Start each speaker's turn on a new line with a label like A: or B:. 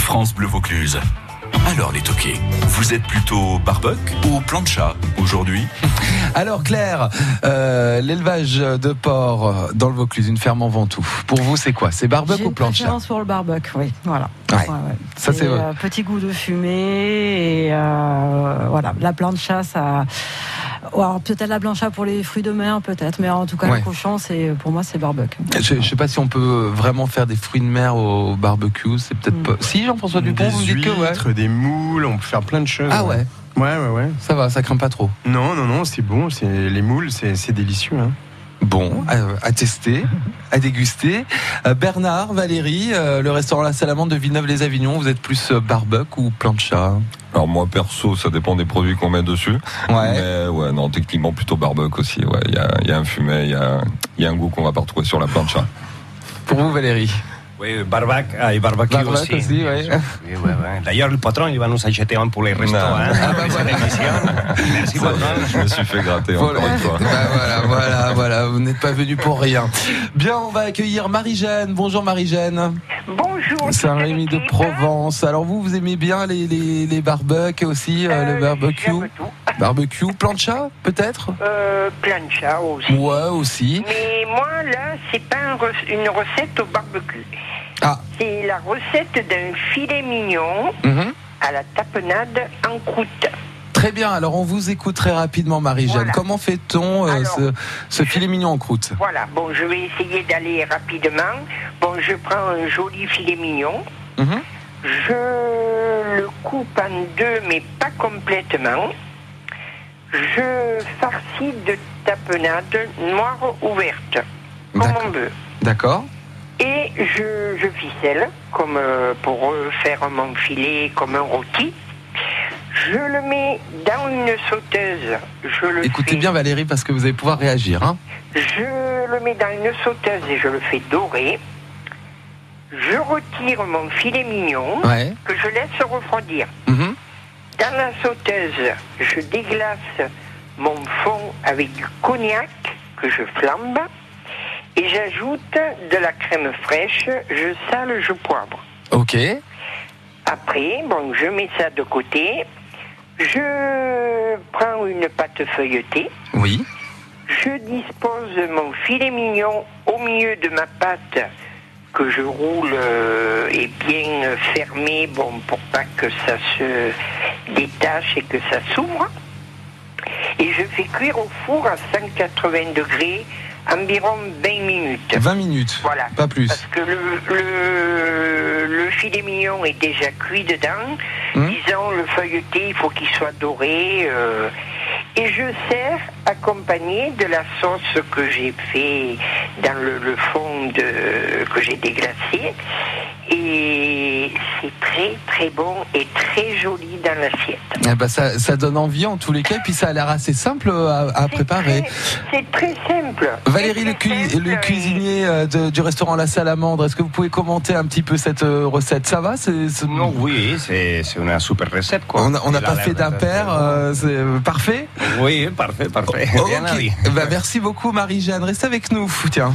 A: France Bleu Vaucluse. Alors les toqués, vous êtes plutôt barbecue ou plancha aujourd'hui
B: Alors Claire, euh, l'élevage de porc dans le Vaucluse, une ferme en Ventoux. Pour vous, c'est quoi C'est barbecue
C: J'ai
B: ou
C: une
B: plancha
C: préférence pour le barbecue, oui. Voilà.
B: Ouais. Ça, c'est vrai.
C: euh, petit goût de fumée et euh, voilà. La plancha, ça. ou alors, peut-être la plancha pour les fruits de mer, peut-être, mais en tout cas
B: Ouais.
C: le cochon, c'est pour moi c'est barbecue.
B: Je, ne sais pas si on peut vraiment faire des fruits de mer au barbecue. C'est peut-être
C: Mm.
B: pas. Si Jean-François Dupont,
D: des
B: vous me dites que ouais.
D: huîtres, des moules, on peut faire plein de choses.
B: Ah ouais,
D: Ouais, ouais, ouais.
B: ça va, ça craint pas trop.
D: Non, non, non, c'est bon. C'est les moules, c'est c'est délicieux. hein.
B: Bon, euh, à tester, à déguster. Euh, Bernard, Valérie, euh, le restaurant La Salamande de Villeneuve-les-Avignons, vous êtes plus euh, barbecue ou plancha
E: Alors moi perso, ça dépend des produits qu'on met dessus.
B: Ouais.
E: Mais ouais, non, techniquement plutôt barbecue aussi. Ouais, il y a, il y a un fumet, il y a, il y a un goût qu'on va pas retrouver sur la plancha.
B: Pour vous, Valérie
F: Oui, barbac, ah, et barbecue,
B: Barbecue
F: aussi.
B: aussi, ouais.
F: Oui, oui, oui. D'ailleurs, le patron, il va nous acheter un pour les restos.
E: Non.
F: Hein,
B: Ah, bah
F: après cette émission. Merci, patron.
E: Je me suis fait gratter
B: Voilà.
E: encore une fois.
B: Bah, voilà, voilà, voilà, vous n'êtes pas venu pour rien. Bien, on va accueillir Marie-Jeanne. Bonjour Marie-Jeanne.
G: Bonjour.
B: Saint-Rémy de Provence. Alors vous, vous aimez bien les, les, les barbecues aussi, euh, le barbecue Barbecue, plancha peut-être
G: Euh, plancha aussi.
B: Ouais, aussi.
G: Mais moi, là, c'est pas un rec- une recette au barbecue.
B: Ah.
G: C'est la recette d'un filet mignon
B: Mhm.
G: à la tapenade en croûte.
B: Très bien, alors on vous écoute très rapidement Marie-Jeanne.
G: Voilà.
B: Comment fait-on euh,
G: Alors.
B: ce, ce filet mignon en croûte
G: Voilà, bon, je vais essayer d'aller rapidement. Bon, je prends un joli filet mignon.
B: Mhm.
G: Je le coupe en deux, mais pas complètement. Je farcis de tapenade noire ou verte, comme on
B: D'accord.
G: veut.
B: D'accord
G: Et je, je ficelle, comme euh, pour euh, faire mon filet comme un rôti. Je le mets dans une sauteuse. Je le
B: Écoutez
G: fais-
B: bien Valérie parce que vous allez pouvoir réagir. Hein.
G: Je le mets dans une sauteuse et je le fais dorer. Je retire mon filet mignon
B: Ouais.
G: que je laisse refroidir.
B: Mhm.
G: Dans la sauteuse, je déglace mon fond avec du cognac que je flambe et j'ajoute de la crème fraîche, je sale, je poivre.
B: Ok.
G: Après, bon, je mets ça de côté. Je prends une pâte feuilletée.
B: Oui.
G: Je dispose mon filet mignon au milieu de ma pâte que je roule euh, et bien fermé bon, pour pas que ça se détache et que ça s'ouvre. Et je fais cuire au four à 180 degrés environ 20 minutes.
B: 20 minutes.
G: Voilà.
B: Pas plus.
G: Parce que le, le, le filet mignon est déjà cuit dedans.
B: Hmm.
G: Disons, le feuilleté, il faut qu'il soit doré. euh, et je sers accompagné de la sauce que j'ai fait dans le, le fond de, que j'ai déglacé. Et c'est très très bon et très joli dans l'assiette.
B: Eh ben, ça, ça donne envie en tous les cas, et puis ça a l'air assez simple euh, à, à
G: C'est
B: préparer.
G: très- C'est très simple.
B: Valérie,
G: C'est
B: le,
G: très
B: cui-
G: simple
B: le
G: et-
B: cuisinier euh, de- du restaurant La Salamandre, est-ce que vous pouvez commenter un petit peu cette euh, recette Ça va c'est, c'est-
F: Non, oui, c'est c'est une super recette, quoi.
B: On n'a on n'a
F: Il a
B: pas
F: l'air
B: fait
F: d'être
B: d'impair,
F: très bon.
B: euh, c'est euh, parfait
F: Oui, parfait, parfait.
B: Ok.
F: Bien, Harry.
B: Bah, Merci beaucoup Marie-Jeanne, restez avec nous, tiens.